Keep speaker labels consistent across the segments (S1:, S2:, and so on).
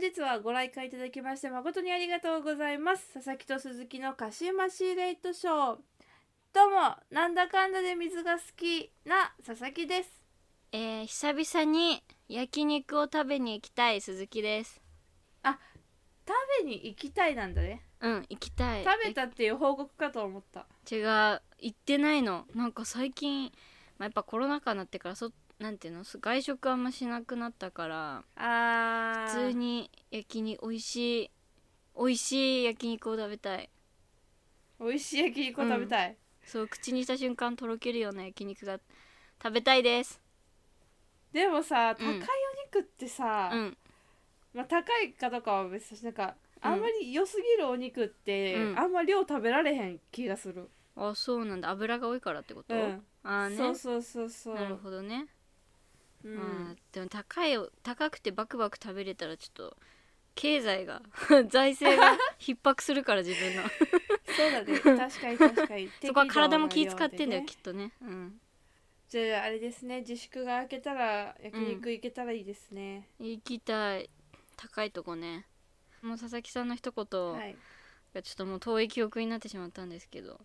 S1: 日はご来館いただきまして誠にありがとうございます佐々木と鈴木のカシマシレイトショーどうもなんだかんだで水が好きな佐々木です
S2: えー、久々に焼肉を食べに行きたい鈴木です
S1: 食べに行きたいなんだね
S2: うん行きたい
S1: 食べたっていう報告かと思った
S2: え違う行ってないのなんか最近、まあ、やっぱコロナ禍になってからそなんていうのそ外食あんましなくなったから
S1: あ
S2: 普
S1: ー
S2: 通に焼肉美味しい美味しい焼肉を食べたい
S1: 美味しい焼き肉を食べたい、
S2: そう口にした瞬間とろけるような焼肉が食べたいです
S1: でもさ
S2: う
S1: 高いお
S2: ん
S1: 肉ってさ、
S2: うん
S1: まあ、高いかどうかは別としてなんか、
S2: うん
S1: あんまり良すぎるお肉って、
S2: うん
S1: あんま量食べられへん気がする
S2: あそうなんだ油が多いからってこと、
S1: うん
S2: ああね
S1: そうそうそうそう
S2: なるほどね
S1: う
S2: うんん、でも高いよ高くてバクバク食べれたらちょっと経済 が財政が逼迫するから自 分の
S1: そう だね確かに確かに
S2: そこは体も気
S1: 適度な量
S2: 使っ
S1: でね
S2: てんだよ、きっとねうん
S1: じゃああれですね自粛が明けたら焼肉行けたらいいですね、
S2: 行きたい高いとこねもう佐々木さんの一言
S1: は
S2: が
S1: い
S2: ちょっともう遠い記憶になってしまったんですけど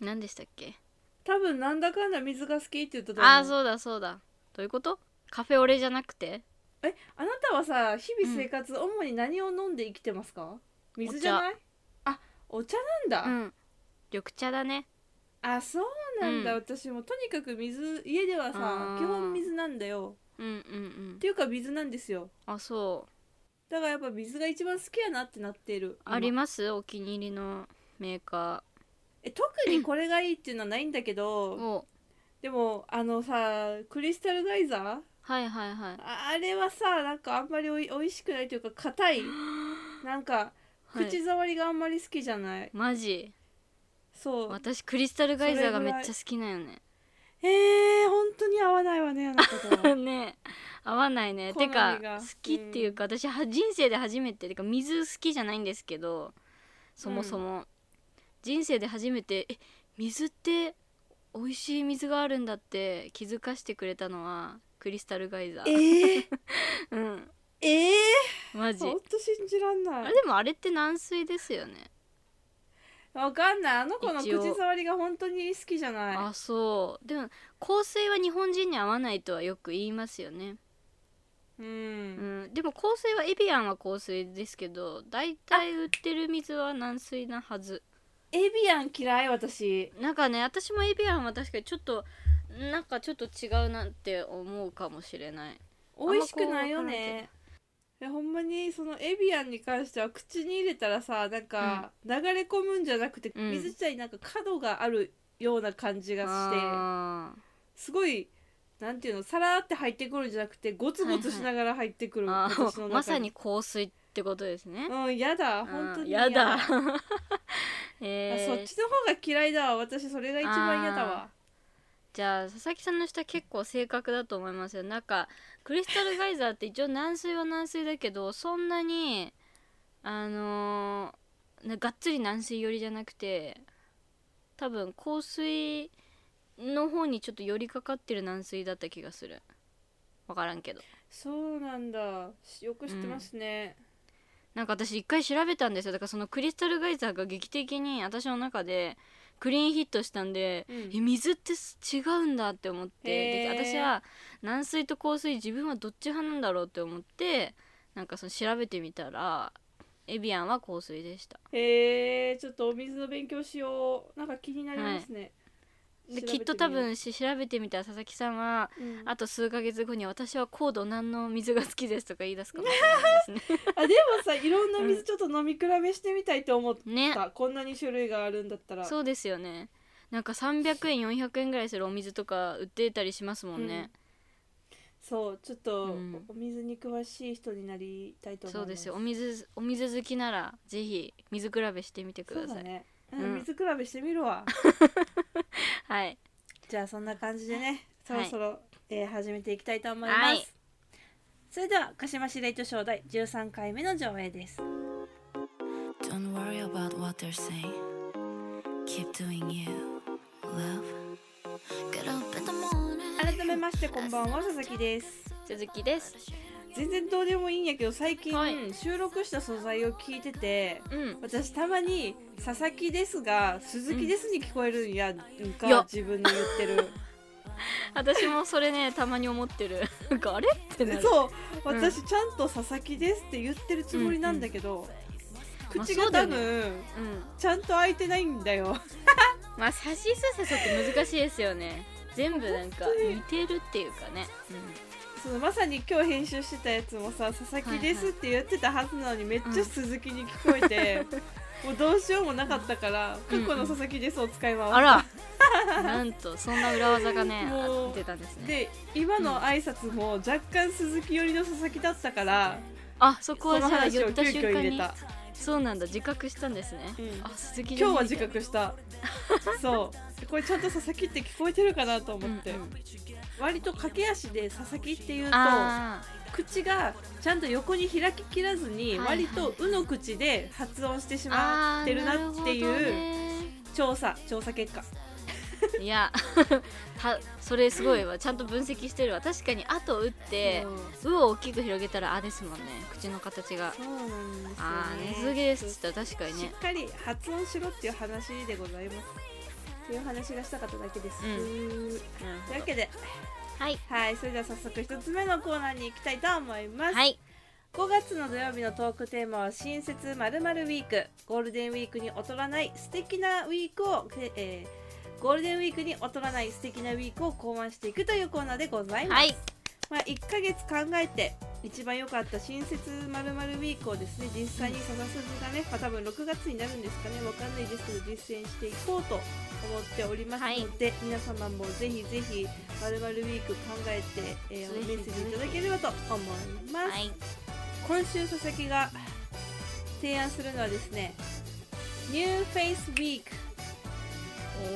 S2: 何でしたっけ
S1: 多分なんだかんだ水が好きって言ったと思う
S2: ああそうだそうだどういうことカフェオレじゃなくて
S1: えあなたはさ日々生活、主に何を飲んで生きてますか水じゃないあお茶なん
S2: う
S1: だ、
S2: ん緑茶だね
S1: あそうなんだ、
S2: うん
S1: 私もとにかく水家ではさ
S2: あー
S1: 基本水なんだよ
S2: うんうんう
S1: っ
S2: ん
S1: ていうか水なんですよ
S2: あそう
S1: だからやっぱ水が一番好きやなってなっている
S2: あり
S1: 今
S2: ますお気に入りのメーカ
S1: え特にこれがいいっていうのはないんだけ
S2: ー
S1: ど
S2: を
S1: でもあのさクリスタルガイザー
S2: はいはいはい
S1: ああれはさなんかあんまりおいおいしくないというか硬いなんか
S2: はい
S1: 口触りがあんまり好きじゃない、
S2: マジ
S1: そう
S2: 私クリスタルガイザーがめっちゃ好きなんよ
S1: えー、本当に合わないわねあなたと は
S2: ねね合わないね
S1: 好み
S2: て
S1: が
S2: か好きっていうか、私は人生で初めててか水好きじゃないんですけどそもそも、人生で初めてえ水って美味しい水があるんだって気づかしてくれたのはクリスタルガイザ
S1: えー、
S2: ーうん
S1: え
S2: マ
S1: ー、
S2: ジ
S1: ほんと信じらんな
S2: あ
S1: い
S2: れでもあれって軟水ですよね、
S1: わかんないあの子の
S2: 一応
S1: 口触りが本当に好きじゃない
S2: あそうでも香水は日本人に合わないとはよく言いますよね
S1: う
S2: うんん、でも香水はエビアンは香水ですけど大体売ってる水は軟水なはず
S1: エビアン嫌い私
S2: なんかね私もエビアンは確かにちょっとなんかちょっと違うなって思うかもしれない
S1: 美味しくないよねいやほんまにそのエビアンに関しては口に入れたらさなんか流れ込むんじゃなくて、
S2: うん
S1: 水自体になんか角があるような感じがして、
S2: あ
S1: すごいなんていうのさらーって入ってくるんじゃなくてゴツゴツしながら入ってく
S2: ー
S1: る、
S2: あ
S1: 私の中
S2: ー
S1: に
S2: まさに香水ってことですね
S1: うんやだ
S2: うん
S1: 本当に
S2: やだ
S1: あ
S2: え
S1: そ
S2: ー
S1: っちの方が嫌いだわ私それが一番嫌だわ
S2: じゃあ佐々木さんの人は結構正確だと思いますよなんかクリスタルガイザーって一応軟水は軟水だけどそんなにあのーながっつり軟水寄りじゃなくて多分香水の方にちょっと寄りかかってる軟水だった気がする分からんけど
S1: そうなんだしよく知ってますね、
S2: なんか私一回調べたんですよだからそのクリスタルガイザーが劇的に私の中でクリーンヒットしたんで、
S1: うん
S2: え水って違うんだって思って
S1: へ
S2: で
S1: ー
S2: 私は軟水と硬水自分はどっち派なんだろうって思ってなんかその調べてみたらエビアンは硬水でした
S1: へえちょっとお水の勉強しようなんか気になりますね、調べて
S2: で
S1: み
S2: きっ
S1: よう
S2: と多、分し調べてみたら佐々木さんは
S1: うんあ
S2: あと数ヶ月後に私は高度何の水が好きですとか言い出すかもしれないですね
S1: でもさいろんな水ちょっと飲み比べしてみたいと思 っ
S2: ね
S1: た、こんなに種類があるんだったら
S2: そうですよねなんか300円400円ぐらいするお水とか売ってたりしますもんね、
S1: そうちょっと、
S2: うん
S1: お水に詳しい人になりたいと思い
S2: そ
S1: ます
S2: うですよお水お水好きならぜひ水比べしてみてくだ
S1: そ
S2: さ
S1: うだ
S2: い、
S1: ね、
S2: ん
S1: うん、水比べしてみるわ
S2: はい
S1: じゃあそんな感じでねそろそろ、えー始めていきたいと思います、
S2: はい
S1: それでは鹿島市レイトショー第13回目の上映です
S3: Don't worry about what they're saying. Keep doing you, love. Get up in the morning.
S1: 改めましてこんばんは佐々木です
S2: 鈴木です
S1: 全然どうでもいいんやけど最近、
S2: はい
S1: 収録した素材を聞いてて
S2: うん
S1: 私たまに「佐々木です」が「鈴木です」に聞こえるんやん
S2: い
S1: か
S2: や
S1: 自分で言ってる。
S2: 私もそれねたまに思っ てるなんかあれってなる
S1: そう
S2: うん
S1: 私ちゃんと「佐々木です」って言ってるつもりなんだけど、
S2: まあ
S1: 口
S2: そ
S1: が
S2: うだ
S1: 多
S2: よね
S1: 分
S2: うん
S1: ちゃんと開いてないんだ よ。
S2: まあ差しすせそって難しいですよね全部なんか
S1: 本当に
S2: 似てるっていうかね、
S1: そのまさに今日編集してたやつもさ「佐々木です」って言ってたはずなのにめっち
S2: う
S1: ゃ
S2: ん
S1: 鈴木に聞こえて、 もうどうしようもなかったから「過
S2: うん
S1: 去の佐々木です」を使い
S2: うん
S1: ま
S2: あらなんとそんな裏技がね
S1: もう
S2: 出たんです
S1: す。
S2: ね
S1: で今の挨拶も若干鈴木寄りの佐々木だったから、
S2: あそこ
S1: その
S2: はじゃあ
S1: 話
S2: 言
S1: を
S2: っ
S1: 急
S2: た瞬
S1: 遽
S2: 間
S1: 入れ
S2: に
S1: た
S2: そうなんだ自覚したんですね、
S1: うん
S2: あ鈴
S1: 今
S2: 木
S1: 日は自
S2: 時間
S1: 覚したそうこれちゃんと佐々木って聞こえてるかなと思って、割と駆け足で佐々木っていうと
S2: ああ
S1: 口がちゃんと横に開ききらずに
S2: はいはい
S1: 割と「う」の口で発音してしまってるなって
S2: あーなるほど
S1: いう
S2: ね
S1: 調査調査結果
S2: いや たそれすごいわちゃんと分析してるわ確かに「あ」と「う」って
S1: うん
S2: 「う」を大きく広げたら「あ」ですもんね口の形が
S1: そうなんですよ、ね、
S2: あーね続きですっつったら確かに
S1: し
S2: ね
S1: っかり発音しろっていう話でございますっていう話がしたかっただけです、
S2: うな
S1: という
S2: る
S1: わ
S2: ほど
S1: けで
S2: はい
S1: はいそれでは早速一つ目のコーナーに行きたいと思います、
S2: はい
S1: 5月の土曜日のトークテーマは新設まるまるウィークゴールデンウィークに劣らない素敵なウィークを、ええーゴールデンウィークに劣らない素敵なウィークを考案していくというコーナーでございます、
S2: はい
S1: まあ、1ヶ月考えて一番良かった新設まるまるウィークをですね実際に佐々筋がね、まあ、多分6月になるんですかねわかんないですけど実践していこうと思っておりますので、皆様もぜひぜひまるまるウィーク考えて、えー
S2: ぜひ
S1: メッセージいただければと思います、
S2: はい
S1: 今週佐々木が提案するのはですねニューフェイスウィーク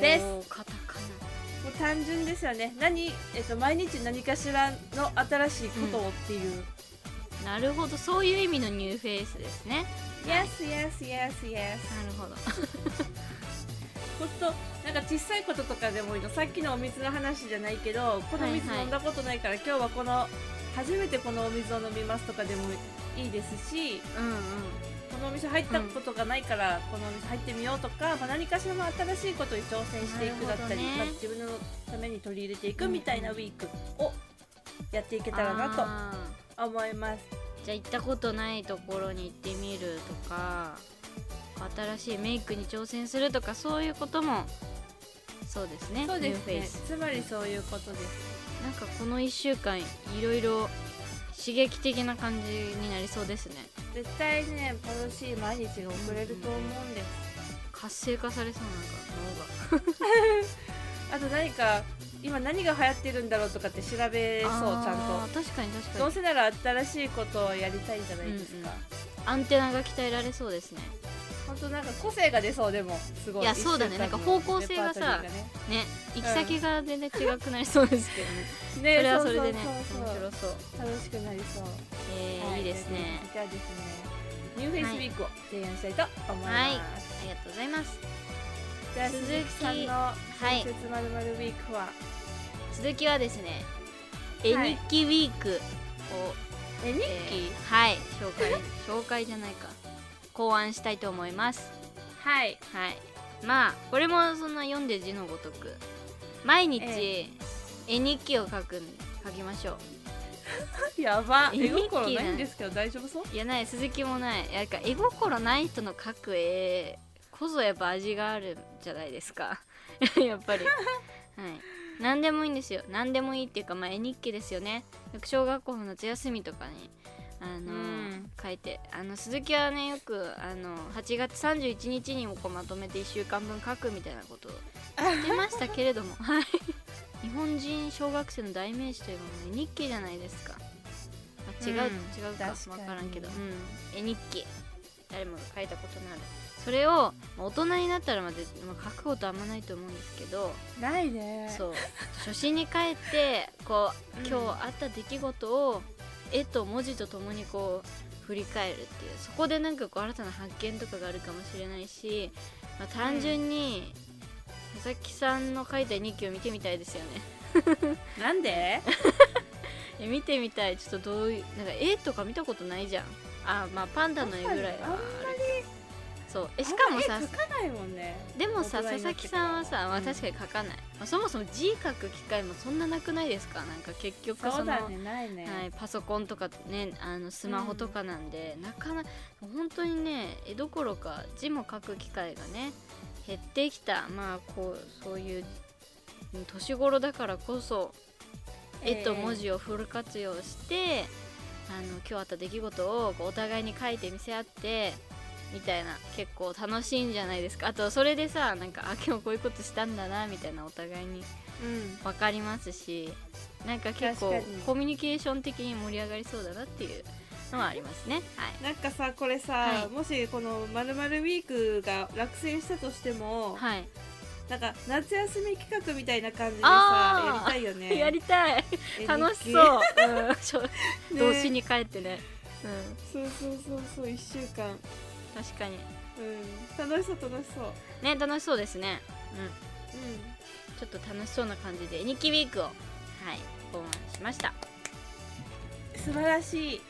S1: です
S2: おーカタカ
S1: もう単純ですよね何、えっと、毎日何かしらの新しいことをっていう、
S2: ナなるほどそういう意味のニューフェイスですね
S1: Yes, yes, yes, yes.
S2: なるほど
S1: ほんと、なんか小さいこととかでもいいの。さっきのお水の話じゃないけど、この水
S2: はいはい
S1: 飲んだことないから、今日はこの、初めてこのお水を飲みますとかでもいいですし、
S2: うんうん
S1: このお店入ったことがないから、このお店入ってみようとか、まあ、何かしらの新しいことに挑戦していくだったり、
S2: なるほどね
S1: まあ自分のために取り入れていくみたいなウィークをやっていけ
S2: 出
S1: たらなと思います。
S2: じゃあ行ったことないところに行ってみるとか新しいメイクに挑戦するとかそういうこともそうですね
S1: そうで
S2: ニュー
S1: す
S2: フェイ
S1: ね
S2: ス。
S1: つまりそういうことです。
S2: なんかこの1週間いろいろ刺激的な感じになりそうですね
S1: 絶対ね、楽しい毎日が送れると思うんです。
S2: 活性化されそうなんか
S1: あと何か今何が流行ってるんだろうとかって調べそうち
S2: 脳が
S1: ゃん
S2: と確かに確
S1: とど
S2: か
S1: う
S2: に
S1: せなら新しいことをやりたいじゃないですか、
S2: うんうんアンテナが鍛えられそうですね
S1: 本当なんか個性が出そうでもすごい
S2: いやそうだね
S1: 一週間の
S2: なんか方向性がさ
S1: レパートリ
S2: ね行き先が全然違くなりそうで すけどね、
S1: ーがねね
S2: それはそれでね
S1: そうそうそう
S2: 面白そう
S1: 楽しくなりそう、
S2: えー、
S1: はい
S2: いですね
S1: じゃあですねニューフェイスウィークを提案したいと思います、
S2: はいありがとうございます
S1: じゃあ
S2: 続
S1: 鈴
S2: き
S1: 木さんの
S2: い
S1: 新設まるまるウィークは、
S2: 続きはですね絵
S1: はい
S2: 日記ウィークを、
S1: え日記、
S2: えーはい紹介紹介 じゃないか考案したいと思います
S1: はい
S2: はいまあこれもそんな読んで字のごとく毎日
S1: え
S2: 絵日記を書くん書きましょう
S1: やば
S2: 絵日
S1: 絵
S2: 記
S1: 心ないんですけど大丈夫そう
S2: いやない鈴木もないいやなんか絵心ない人の描く絵こそやっぱ味があるんじゃないですか やっぱりはい何でもいいんですよ何でもいいっていうかまあ絵日記ですよねよく小学校の夏休みとかにあの
S1: うん
S2: 書いてあの鈴木はねよくあの8月31日にもこうまとめて1週間分書くみたいなことを言ってましたけれ どもはい日本人小学生の代名詞といえばもう絵日記じゃないですか、あ、違う、
S1: うん
S2: 違うか
S1: 確か
S2: 分
S1: に
S2: からんけど、うん、絵日記誰もが書いたことのあるそれをまあ大人になったらまで、まあ、書くことあんまないと思うんですけど、
S1: ないね
S2: そう初心に帰ってこう
S1: うん
S2: 今日あった出来事を絵と文字とともにこう振り返るっていうそこでなんかこう新たな発見とかがあるかもしれないし、まあ、単純に佐々木さんの書いた日記を見てみたいですよね。
S1: なんで
S2: い え見てみたいちょっとどういうなんか絵とか見たことないじゃんあまあパンダの絵ぐら
S1: 確か
S2: いは
S1: にあんま
S2: あるけどそうえしかもさ
S1: あんま絵描かないもんね
S2: でも
S1: 大
S2: さ
S1: 人
S2: 佐
S1: になっ
S2: 々
S1: て
S2: 木
S1: から
S2: さんはさ、まあ、
S1: うん
S2: 確かに書かない、まあ、そもそも字書く機会もそんななくないですかなんか結局その
S1: そうだねないね、
S2: はい、パソコンとかねあのスマホとかなんで、なかなか本当にね絵どころか字も書く機会がね減ってきたまあこうそういううん年頃だからこそ絵と文字をフル活用して、あの今日あった出来事をこうお互いに書いて見せ合ってみたいな結構楽しいんじゃないですかあとそれでさなんかあ今日こういうことしたんだなみたいなお互いに
S1: うん
S2: 分かりますしなんか結構
S1: 確かに
S2: コミュニケーション的に盛り上がりそうだなっていうのはありますねはい
S1: なんかさこれさ、
S2: はい
S1: もしこの「まるまるウィーク」が落選したとしても、
S2: はい、
S1: なんか夏休み企画みたいな感じでさ
S2: あ
S1: や
S2: ー
S1: りたいよね
S2: やりたい
S1: 絵日記
S2: 楽 しそう、うんしょ
S1: ね
S2: 童心に帰ってね
S1: そうそうそうそう1週間
S2: うん確かに
S1: うん楽しそう楽しそう
S2: ね楽しそうですねうん
S1: う
S2: ちょっと楽しそうな感じで絵日記ウィークをはい考案しました
S1: ん素晴ら しい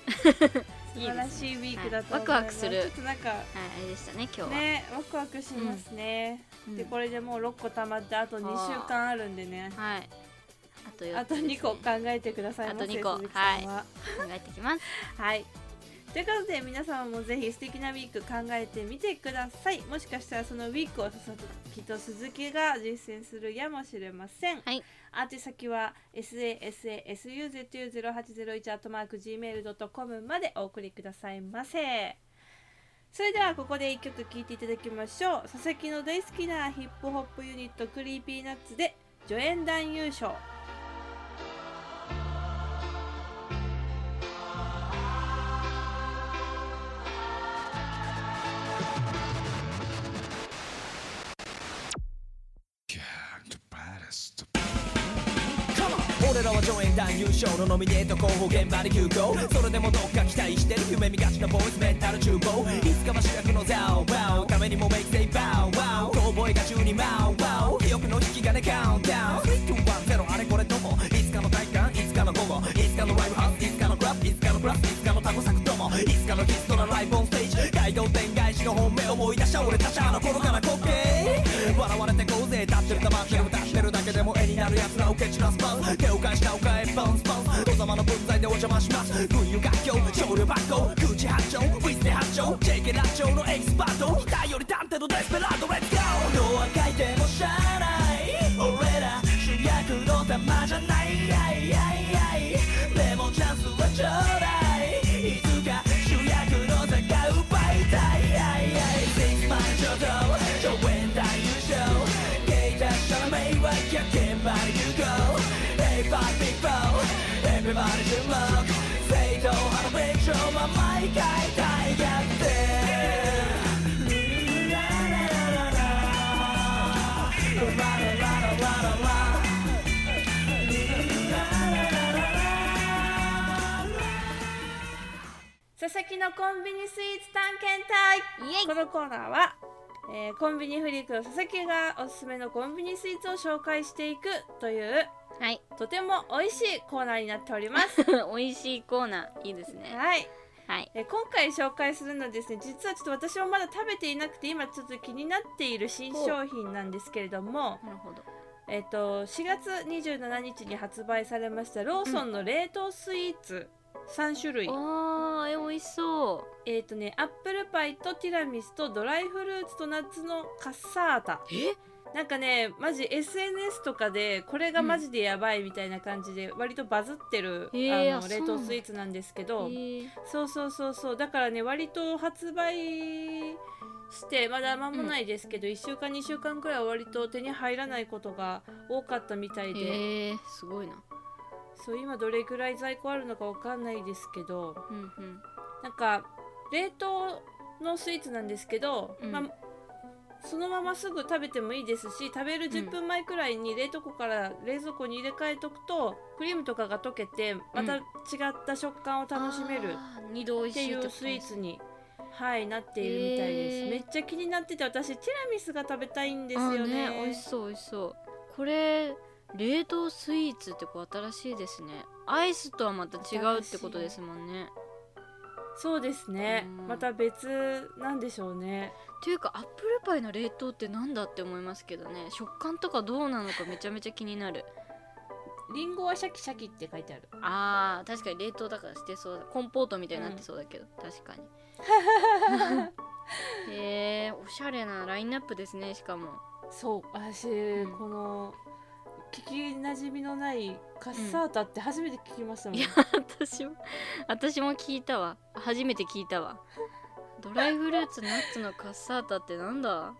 S1: 素
S2: いい
S1: 晴
S2: で
S1: ら
S2: すね
S1: しいウィークだと
S2: はい
S1: 思います、
S2: ワクワクする
S1: ちょっとなんか
S2: はいあれでしたね今日は、
S1: ねワクワクしますね、
S2: うん
S1: でこれでもう6個溜まってあと2週間あるんでね
S2: はいあと
S1: あ
S2: 4つ
S1: と
S2: です、ね、
S1: 2個考えてくださいませ
S2: あと二個
S1: 鈴木さんは
S2: 考えてき ます
S1: はい。ということで皆様もぜひ素敵なウィーク考えてみてください。もしかしたらそのウィークを佐々木と鈴木が実践するやもしれません。
S2: はい
S1: 宛先は sasasuzu0801-gmail.com までお送りくださいませ。それではここで一曲聴いていただきましょう。佐々木の大好きなヒップホップユニットクリーピーナッツで助演男優賞。
S4: 俺らは上演団優勝のノミネート候補現場に急行それでもどっか期待してる夢見がちなボーイズメンタル厨房いつかは主役のザオバオためにもメイクセイバーワオ遠吠えが中にマウワオ記憶の引き金カウントダウン321あれこれどこいつかの体感いつかの午後いつかのライブハウスいつかのクラブいつかのプラスいつかのタコサクともいつかのヒストなライブオンステージ街道展開しの本命思い出した俺たちあの頃から滑稽笑われてこうぜ立ってる黙ってる歌してるだけでも絵になるやつらを蹴散らすパン手を返したおかえパンスパン人様の分際でお邪魔します群雄割拠少量発行口八丁ウィスで八丁 JK ラッチョのエキスパート期待より探偵のデスペラードレッツゴードア開いてもしゃあない俺ら主役の玉じゃないやいやいやいでもチャンスはちょうだいいつか主役の座が奪いたいやいやい Things my ちょっと上演大優勝芸達者の迷惑や現場に行こう Hey bye big bow everybody 注目正統派の名称は毎回大逆転
S1: 佐々木のコンビニスイーツ探検隊
S2: イエイ
S1: このコーナーは、えーコンビニフリークの佐々木がおすすめのコンビニスイーツを紹介していくという
S2: はい
S1: とても美味しいコーナーになっております
S2: 美味しいコーナーいいですね
S1: はい、
S2: はい
S1: えー今回紹介するのはですね実はちょっと私もまだ食べていなくて今ちょっと気になっている新商品なんですけれども
S2: なるほど
S1: えっ、と4月27日に発売されましたローソンの冷凍スイーツ3種類、
S2: あーえ美味しそう
S1: えっ、とねアップルパイとティラミスとドライフルーツとナッツのカッサータ
S2: え
S1: なんかねマジ SNS とかでこれがマジでやばいみたいな感じで割とバズってる、
S2: へー
S1: あ
S2: あ
S1: の
S2: そう
S1: 冷
S2: なんだ
S1: 凍スイーツなんですけど、
S2: ー
S1: そうそうそうそうだからね割と発売してまだ間もないですけど、1週間2週間くらいは割と手に入らないことが多かったみたいで、
S2: へえすごいな
S1: そう今どれくらい在庫あるのかわかんないですけど
S2: うんうん
S1: なんか冷凍のスイーツなんですけど、
S2: うん
S1: まあそのまますぐ食べてもいいですし食べる10分前くらいに冷凍庫から冷蔵庫に入れ替えとくとクリームとかが溶けてまた違った食感を楽しめる
S2: あー二度
S1: っ
S2: 美味
S1: て
S2: しい
S1: い
S2: ってこと
S1: う
S2: ね
S1: スイーツに、はい、なっているみたいです、
S2: へー
S1: めっちゃ気になってて私ティラミスが食べたいんです
S2: あ
S1: よ
S2: ー
S1: ね
S2: ね美味しそう美味しそうこれ冷凍スイーツってこう新しいですねアイスとはまた違うってことですもんね
S1: そうですね
S2: うん
S1: また別なんでしょうね
S2: っていうかアップルパイの冷凍ってなんだって思いますけどね食感とかどうなのかめちゃめちゃ気になる
S5: リンゴはシャキシャキって書いてある
S2: あー確かに冷凍だからしてそうだコンポートみたいになってそうだけど、確か にへえおしゃれなラインナップですねしかも
S1: そう私、
S2: ん
S1: この聞きなじみのないカッサータって初めて聞きましたもん、
S2: いや私も私も聞いたわ初めて聞いたわドライフルーツナッツのカッサータってなんだ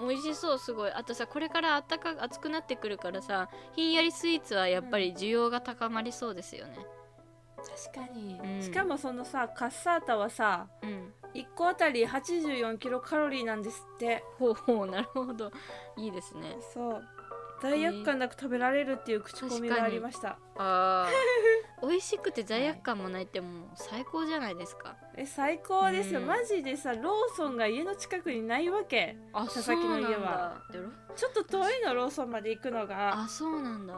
S2: 美味しそうすごいあとさこれからあったか暑くなってくるからさひんやりスイーツはやっぱり需要が高まりそうですよね
S1: 確かに、
S2: うん
S1: しかもそのさカッサータはさ
S2: うん
S1: 1個あたり84キロカロリーなんですって
S2: ほうほうなるほどいいですね
S1: そう罪悪感なく食べられるっていう口コミがありました、
S2: あー 美味しくて罪悪感もないってもう最高じゃないですか
S1: え最高ですよ、
S2: うん
S1: マジでさローソンが家の近くにないわけ
S2: あ
S1: 佐々木の家は
S2: そうなんだで
S1: ちょっと遠いのローソンまで行くのが
S2: あそうなんだ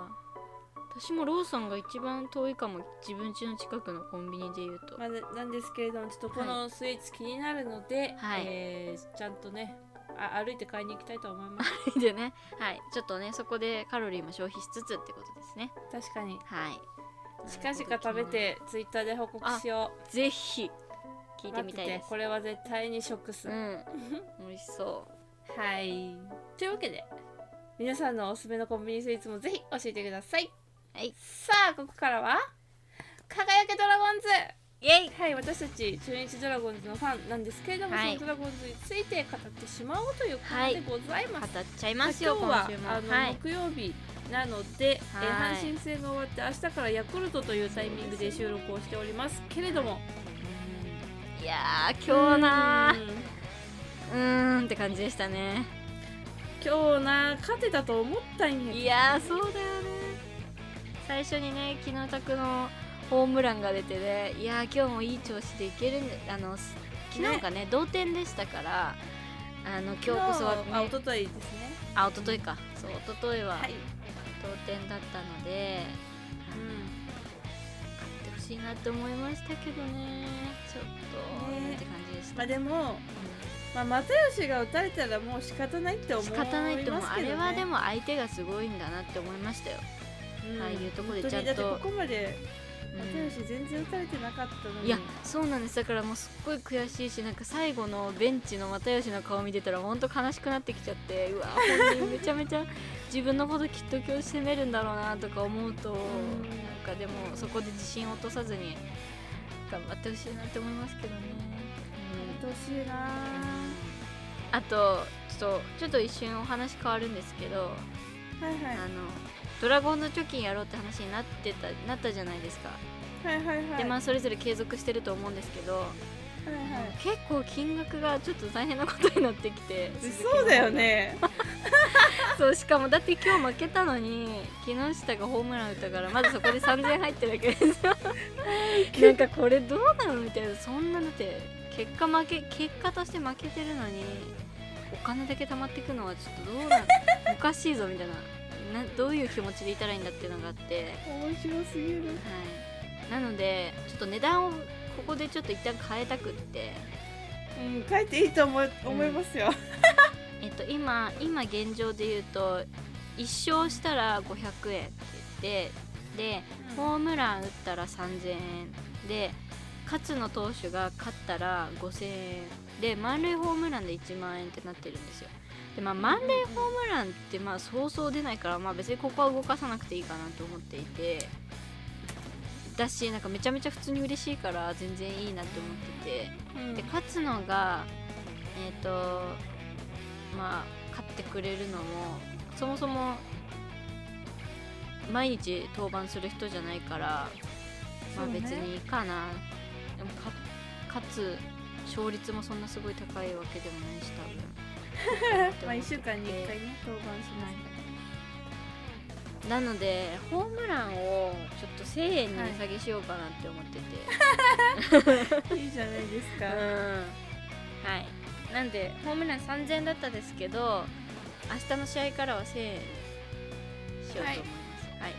S2: 私もローソンが一番遠いかも自分家の近くのコンビニで言うと、
S1: まあ、ななんですけれどもちょっとこのスイーツ気になるので、
S2: はい
S1: えーちゃんとねあ歩いて買いに行きたいと思います
S2: でねはいちょっとねそこでカロリーも消費しつつってことですね
S1: 確かに
S2: はい
S1: 近々食べてツイッターで報告しよう
S2: ぜひ聞い
S1: 待
S2: て
S1: っ
S2: み
S1: たて
S2: いで
S1: て
S2: す
S1: これは絶対に食す、
S2: うん 美味しそう
S1: はいというわけで皆さんのおすすめのコンビニスイーツもぜひ教えてください
S2: はい
S1: さあここからは輝けドラゴンズ
S2: イエイ
S1: はい私たち中日ドラゴンズのファンなんですけれども、
S2: はい
S1: そのドラゴンズについて語ってしまおうということでございます、
S2: 語っちゃい
S1: まあ
S2: ますよ
S1: 今日は
S2: 今週も
S1: あの、
S2: はい
S1: 木曜日なので、えー
S2: はい
S1: 阪神戦が終わって明日からヤクルトというタイミングで収録をしておりますけれども
S2: いやー今日なー
S1: うん
S2: うーんって感じでしたね
S1: 今日な勝てたと思ったんや
S2: いやーそうだよね最初にね昨日宅のホームランが出てねいやー今日もいい調子でいけるんあのす昨日がね同点でしたからあの今日こそは、ね
S1: 昨日あ一昨日ですね
S2: あ一昨日かそう一昨日は
S1: はい、
S2: 同点だったので、勝ってほしいなって思いましたけどねちょっと、
S1: ね
S2: って感じでし
S1: ま
S2: た、
S1: あでも、まあ、又吉が打たれたらもう仕方ないって思い
S2: 仕
S1: ますけど、ね、
S2: 方ないっても、あれはでも相手がすごいんだなって思いましたよ、
S1: うん
S2: ああいうとこで
S1: 本当に
S2: ちゃんと
S1: だってここまで
S2: うん
S1: 又吉全然打たれてなかったのに、
S2: いやそうなんですだからもうすっごい悔しいしなんか最後のベンチの又吉の顔見てたらほんと悲しくなってきちゃってうわ本人めちゃめちゃ 自分のこときっと今日攻めるんだろうなとか思うとなんかでもそこで自信を落とさずに頑張ってほしいなって思いますけどね。うん
S1: うっしいな
S2: あとちょっとちょっと一瞬お話変わるんですけど、
S1: はい
S2: あ
S1: はい
S2: のドラゴンズ貯金やろうって話になってたなったじゃないですか、
S1: はいはいはい
S2: でまあそれぞれ継続してると思うんですけど、
S1: はいはい
S2: 結構金額がちょっと大変なことになってき て
S1: そうだよね
S2: そうしかもだって今日負けたのに木下がホームラン打ったからまずそこで3000入ってるわけですよなんかこれどうなのみたいなそんなだって結果負け結果として負けてるのにお金だけ貯まっていくのはちょっとど うなのおかしいぞみたいななどういう気持ちでいたらいいんだっていうのがあって
S1: 面白すぎる
S2: はいなのでちょっと値段をここでちょっと一旦変えたくって
S1: うん書いていいと思い思いますよ、
S2: えっと、今今現状で言うと1勝したら500円って言ってでホームラン打ったら3000円で勝野投手が勝ったら5000円で満塁ホームランで1万円ってなってるんですよで、まあ、満塁ホームランってまあそうそう出ないから、まあ、別にここは動かさなくていいかなと思っていてだしなんかめちゃめちゃ普通に嬉しいから全然いいなって思ってて。
S1: うん
S2: で勝つのがえっ、とまあ勝ってくれるのもそもそも毎日登板する人じゃないから、ま
S1: そ
S2: あ、
S1: うね
S2: 別にいいかな、でもか勝つ勝率もそんなすごい高いわけでもないし多 分
S1: まあ1週間に1回
S2: は
S1: ね登板しますか
S2: いなのでホームランをちょっと1000円に値下げしようかなって思ってて、
S1: ら、い、いじゃないですか、
S2: うんはいなんでホームラン3000円だったですけど明日の試合からは1000円しようと思います。はい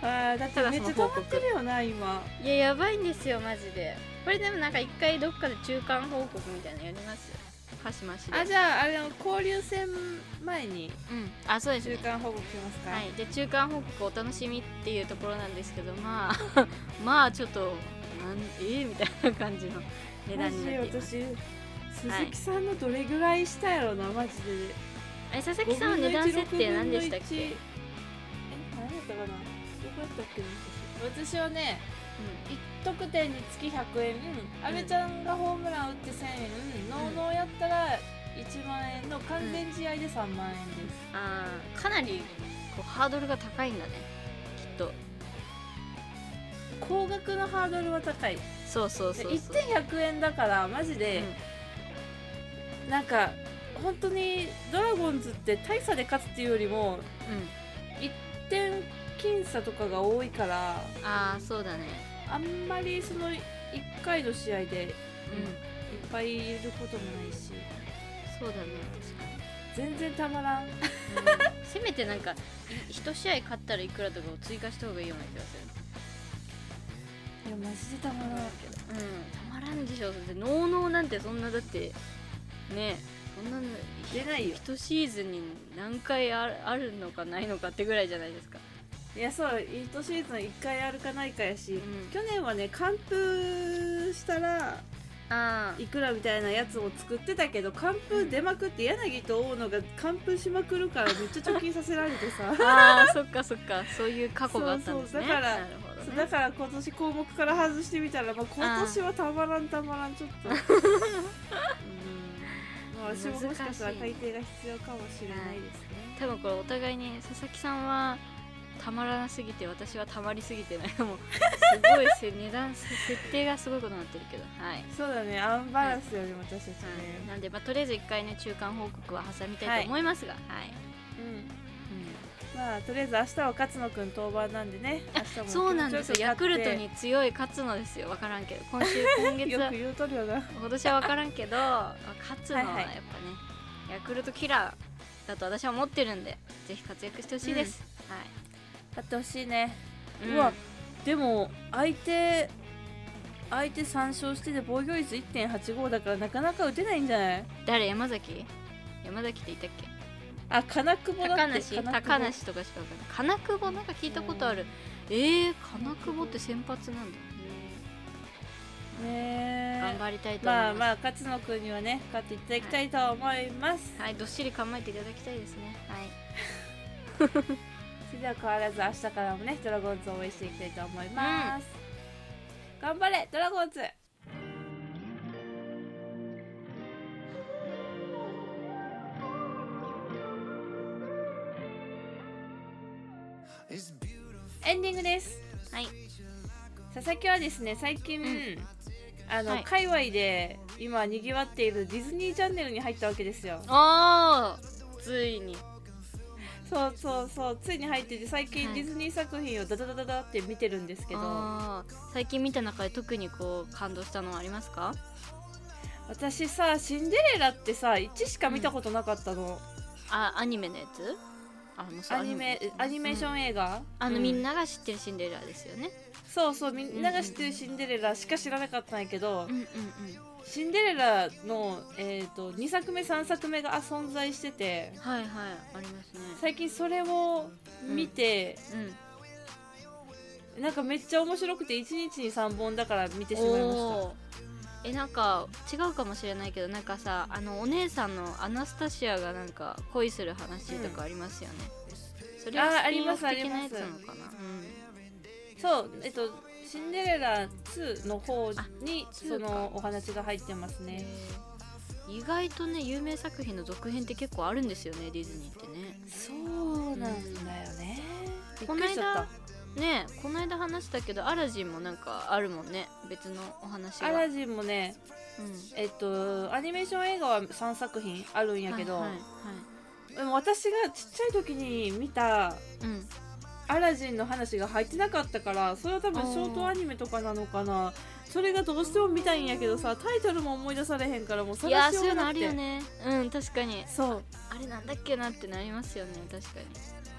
S1: あーだってめっちゃ溜まってるよな今
S2: いややばいんですよマジでこれでもなんか一回どっかで中間報告みたいなのやりますはしましで
S1: あじゃああれの交流戦前に
S2: うんあそうです
S1: 中
S2: ね
S1: 間報告しますか、
S2: はいで中間報告お楽しみっていうところなんですけどま あまあちょっとなんえーみたいな感じの値
S1: マ
S2: 段
S1: ジ
S2: に
S1: で
S2: なっています
S1: 私
S2: は
S1: 鈴
S2: い
S1: 木さんのどれぐらいしたやろなマジで
S2: え佐々木さんは値段設定何でしたっけ、
S1: 5分の1
S2: うん
S1: え何やったかなよかったっけな
S5: 私はね1得点につき100円阿部ちゃんがホームラン打って1000円ノーノーやったら1万円の完全試合で3万円です、
S2: あーかなりこうハードルが高いんだねきっと
S1: 高額のハードルは高い
S2: そうそうそうそう
S1: 1100円だからマジで、なんか本当にドラゴンズって大差で勝つっていうよりも
S2: うん、
S1: 1点僅差とかが多いから
S2: うん、ああそうだね
S1: あんまりその1回の試合でいっ
S2: うん
S1: ぱいいることもないし
S2: そうだね
S1: 全然たまら ん
S2: 確かに、うんせめてなんかい一試合勝ったらいくらとかを追加した方がいいような気が
S1: いやマジでたまらん
S2: するうんたまらんでしょだってノーノーなんてそんなだってねそんなの
S1: 出ないよ
S2: 一シーズンに何回あるあるのかないのかってぐらいじゃないですか
S1: いやそう1シーズン1回あるかないかやし、
S2: うん
S1: 去年はね完封したら
S2: あ
S1: いくらみたいなやつを作ってたけど完封出まくって柳と大野が完封しまくるからめっちゃ貯金させられて さ
S2: あーそっかそっかそういう過去があったんですね
S1: そうそうだから
S2: なるほど
S1: そう
S2: ね
S1: だから今年項目から外してみたら、まあ、今年はたまらんたまらんちょっとうーんまあ私ももしかしたら改定が必要かもしれないですね
S2: 多分これお互いに佐々木さんはたまらなすぎて私はたまりすぎてない もうすごいせ値段せ設定がすごいことになってるけどはい、はい
S1: そうだねアンバランスよりも私たちね、
S2: なんで、まあ、とりあえず一回ね中間報告は挟みたいと思いますがはい、
S1: うんまあとりあえず明日は勝野くん登板なんでね明
S2: うん
S1: 日も
S2: そうなんですよヤクルト
S1: よ
S2: に強い勝つのですよ分からんけど今週 今月は
S1: く言うとるよな
S2: 今年は分からんけどまあ勝つのはやっぱ
S1: は
S2: ね
S1: いはい
S2: ヤクルトキラーだと私は思ってるんでぜひ活躍してほしいです、
S1: 勝ってほしいね
S2: はい、
S1: うわでも相手相手3勝してて防御率1.85だからなかなか打てないんじゃない
S2: 誰山崎山崎って言ったっけ
S1: あ金久保だって
S2: 高梨
S1: 金久保
S2: 高梨とかしか分かんない金久保なんか聞いたことある、えー、金久保って先発なんだ、
S1: ね
S2: 頑
S1: え
S2: 張りたいと思
S1: ま
S2: いま
S1: あ
S2: す、
S1: まあ勝野くんにはね勝っていただきたいと思います、
S2: はいどっしり構えていただきたいですねは
S1: そ
S2: い
S1: れでは変わらず明日からもねドラゴンズを応援していきたいと思います、頑張れドラゴンズエンディングです
S2: はい
S1: 佐々木はですね最近、
S2: うん
S1: あの、
S2: はい
S1: 界隈で今にぎわっているディズニーチャンネルに入ったわけですよ
S2: あーついに
S1: そうそうそうついに入ってて最近
S2: はい
S1: ディズニー作品をダダダダダって見てるんですけど、
S2: あー最近見た中で特にこう感動したのはありますか
S1: 私さシンデレラってさ1しか見たことなかったの、
S2: あアニメのやつあもうそう
S1: アニメ
S2: ですね
S1: アニメーショ
S2: うん
S1: ン映画、
S2: あの、
S1: う
S2: みんなが知ってるシンデレラですよね
S1: そうそうみんなが知ってるシンデレラしか知らなかったんやけど、
S2: うんうんうん
S1: シンデレラの、えー、と2作目3作目が存在してて
S2: はいはいありますね
S1: 最近それを見て、
S2: うん
S1: なんかめっちゃ面白くて1日に3本だから見てしまいました
S2: おーえなんか違うかもしれないけどなんかさあのお姉さんのアナスタシアがなんか恋する話とかありますよね、それは
S1: あー
S2: スピンオフ
S1: あり
S2: 的な
S1: ま
S2: やつ
S1: すあ
S2: な
S1: り
S2: の
S1: ます
S2: かな
S1: そうえっとシンデレラ2の方
S2: あ
S1: に
S2: 2
S1: その
S2: か
S1: お話が入ってますね
S2: うん、意外とね有名作品の続編って結構あるんですよねディズニーってね
S1: そうなんだよね。びっ
S2: こ
S1: く
S2: の
S1: りしちゃっ
S2: 間ねこの間話したけどアラジンもなんかあるもんね別のお話
S1: た。
S2: が
S1: アラジンもね、
S2: うん
S1: えっと、アニメーション映画は3作品あるんやけど、
S2: はいはいはい
S1: でも私がちっちゃい時に見た
S2: うん
S1: アラジンの話が入ってなかったから、それは多分
S2: あー
S1: ショートアニメとかなのかな。それがどうしても見たいんやけどさ、タイトルも思い出されへんから、もう
S2: いや
S1: 探
S2: ー
S1: し
S2: そうい
S1: よ
S2: う
S1: う
S2: の
S1: がな
S2: あ
S1: く
S2: る
S1: て。
S2: よねうん確かに
S1: そう
S2: あれなんだっけなってなりますよね確か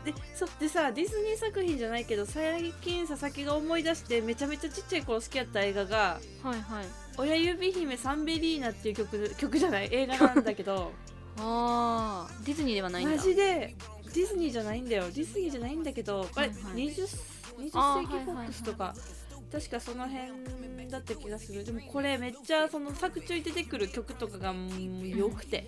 S2: に
S1: でそでさディズニー作品じゃないけど最近佐々木が思い出してめちゃめちゃちっちゃい頃好きやった映画が
S2: はいはい
S1: 「親指姫サンベリーナ」っていう曲曲じゃない映画なんだけど
S2: あーディズニーでは ないんだ
S1: マジでディズニーじゃないんだよディズニーじゃないんだけどあれ、
S2: はいはい
S1: 20, 20世紀フ
S2: あー
S1: ォックスとか、確かその辺だった気がするでもこれめっちゃその作中に出てくる曲とかがもう良くて、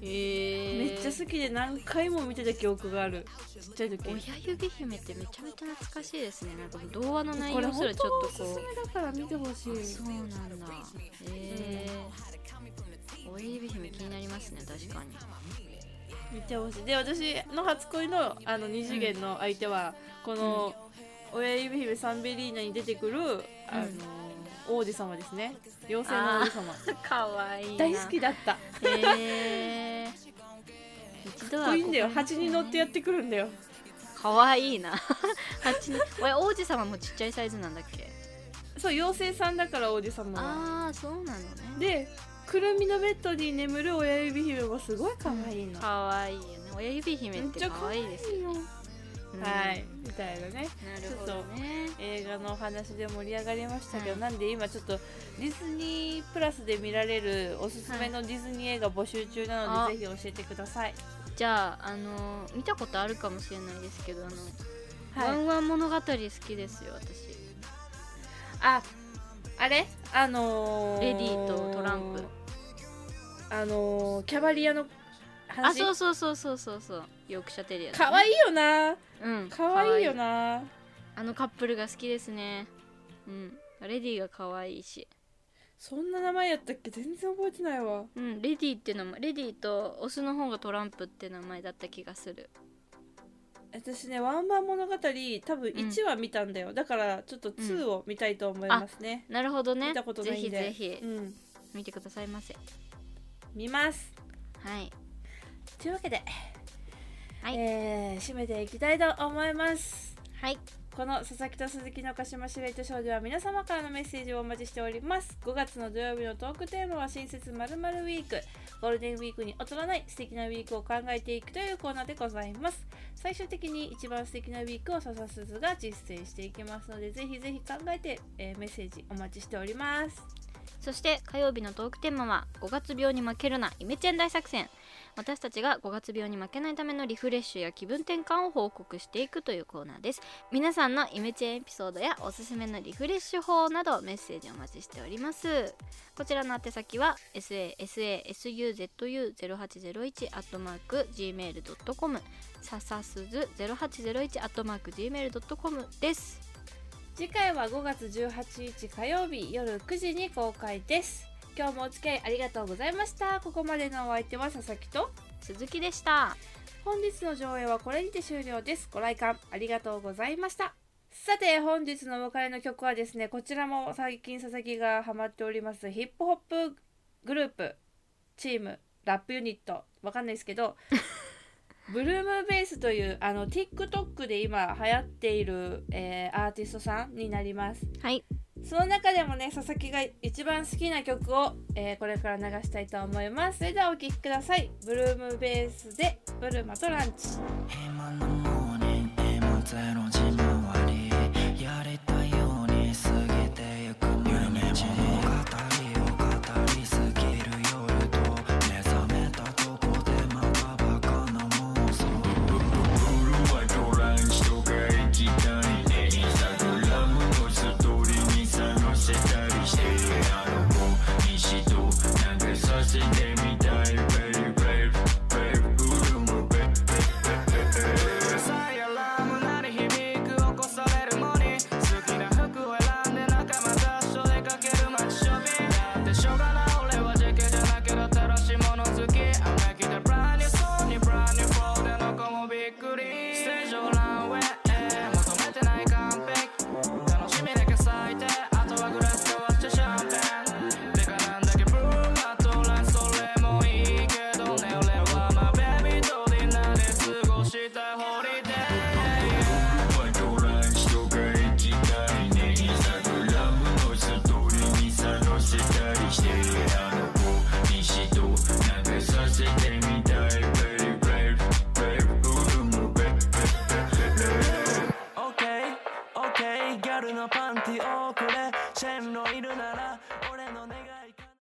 S2: えー、
S1: めっちゃ好きで何回も見てた記憶があるちっちゃい時
S2: 親指姫ってめちゃめちゃ懐かしいですねなんか童話の内
S1: これ
S2: 容す
S1: 本
S2: らちょ
S1: 当
S2: っ
S1: お
S2: と
S1: すすめ
S2: こ
S1: だから見てほしいう
S2: そうなんだえー、親指姫気になりますね確かに
S1: 見てほしいで私の初恋のあの二次元の相手はこの親指姫サンベリーナに出てくるあの王子様ですね妖精の王子様
S2: かわいい
S1: 大好きだった
S2: えー、一度
S1: かっ
S2: は
S1: こいいんだよ
S2: ここに
S1: 蜂に乗ってやってくるんだよ
S2: かわいいな蜂におい王子様もちっちゃいサイズなんだっけ
S1: そう妖精さんだから王子様は
S2: ああそうなのね
S1: でくるみのベッドに眠る親指姫もすごい可愛いの
S2: かわいいよね親指姫ってかわいいですよ、
S1: よ
S2: うん
S1: はいみたいなね
S2: なるほどね
S1: 映画のお話で盛り上がりましたけど、
S2: はい
S1: なんで今ちょっとディズニープラスで見られるおすすめのディズニー映画募集中なので、
S2: はい
S1: ぜひ教えてください。
S2: じゃああの見たことあるかもしれないですけどあの、ワ
S1: はい、
S2: ンワン物語好きですよ私
S1: ああれあのー、
S2: レディとトランプ
S1: あのー、キャバリアの
S2: あ
S1: 話
S2: そうそうそうそうそうそうヨークシャテリア
S1: かわいいよな
S2: うん
S1: かわいいよ
S2: 可愛
S1: な
S2: あのカップルが好きですねうんレディが可愛いし
S1: そんな名前やったっけ全然覚えてないわ
S2: うん、レディって名前レディとオスの方がトランプって名前だった気がする
S1: 私ね「ワンマン物語」多分1話見たんだよ、だからちょっと2を見たいと思いますね、
S2: なるほどね
S1: 見たことないんで
S2: ぜひぜひ
S1: うん、
S2: 見てくださいませ
S1: 見ます
S2: はい
S1: というわけで、
S2: はい
S1: えー締めていきたいと思います
S2: はい
S1: この佐々木と鈴木の鹿島シレイトショーでは皆様からのメッセージをお待ちしております5月の土曜日のトークテーマは新設まるウィークゴールデンウィークに劣らない素敵なウィークを考えていくというコーナーでございます最終的に一番素敵なウィークを笹鈴が実践していきますのでぜひぜひ考えて、えーメッセージお待ちしております
S2: そして火曜日のトークテーマは5月病に負けるなイメチェン大作戦私たちが5月病に負けないためのリフレッシュや気分転換を報告していくというコーナーです皆さんのイメチェンエピソードやおすすめのリフレッシュ法などメッセージお待ちしておりますこちらの宛先は sasasuzu0801-gmail.com ささすず 0801-gmail.com です
S1: 次回は5月18日火曜日夜9時に公開です今日もお付き合いありがとうございましたここまでのお相手は佐々木と
S2: 鈴木でした
S1: 本日の上映はこれにて終了ですご来館ありがとうございましたさて本日のお別れの曲はですねこちらも最近佐々木がハマっておりますヒップホップグループチームラップユニットわかんないですけどブルームベースというあの TikTok で今流行っている、えーアーティストさんになります
S2: はい
S1: その中でもね佐々木が一番好きな曲を、えーこれから流したいと思いますそれではお聴きくださいブルームベースでブルマとランチ
S4: 今のモーニング今ゼロ時回りやりたいように過ぎてゆく毎日物語を語りすぎる夜と目覚めたとこでまたバカな妄想ブルーはトランチとか一体ねインスタグラムのストーリーにさ載せたりしてあの子にしと投げさせてみたいベリベリベリブルームベリうるさいアラーム鳴り響く起こされるのに好きな服を選んで仲間たちと出かける街ショッピングなんてしょうがない俺は時期じゃなけど正しいもの好き I'm like the brand new song に brand new flow での子もびっくりステージ上ランウェイ求めてない完璧楽しみだけ咲いてあとはグラス交わしてシャンペンてかなんだけブルーマトランそれもいいけどね俺はまあベビーとディナーで過ごしたいホリデーワイドランチとか行きたいねインスタグラムのストーリーにさ載せたりして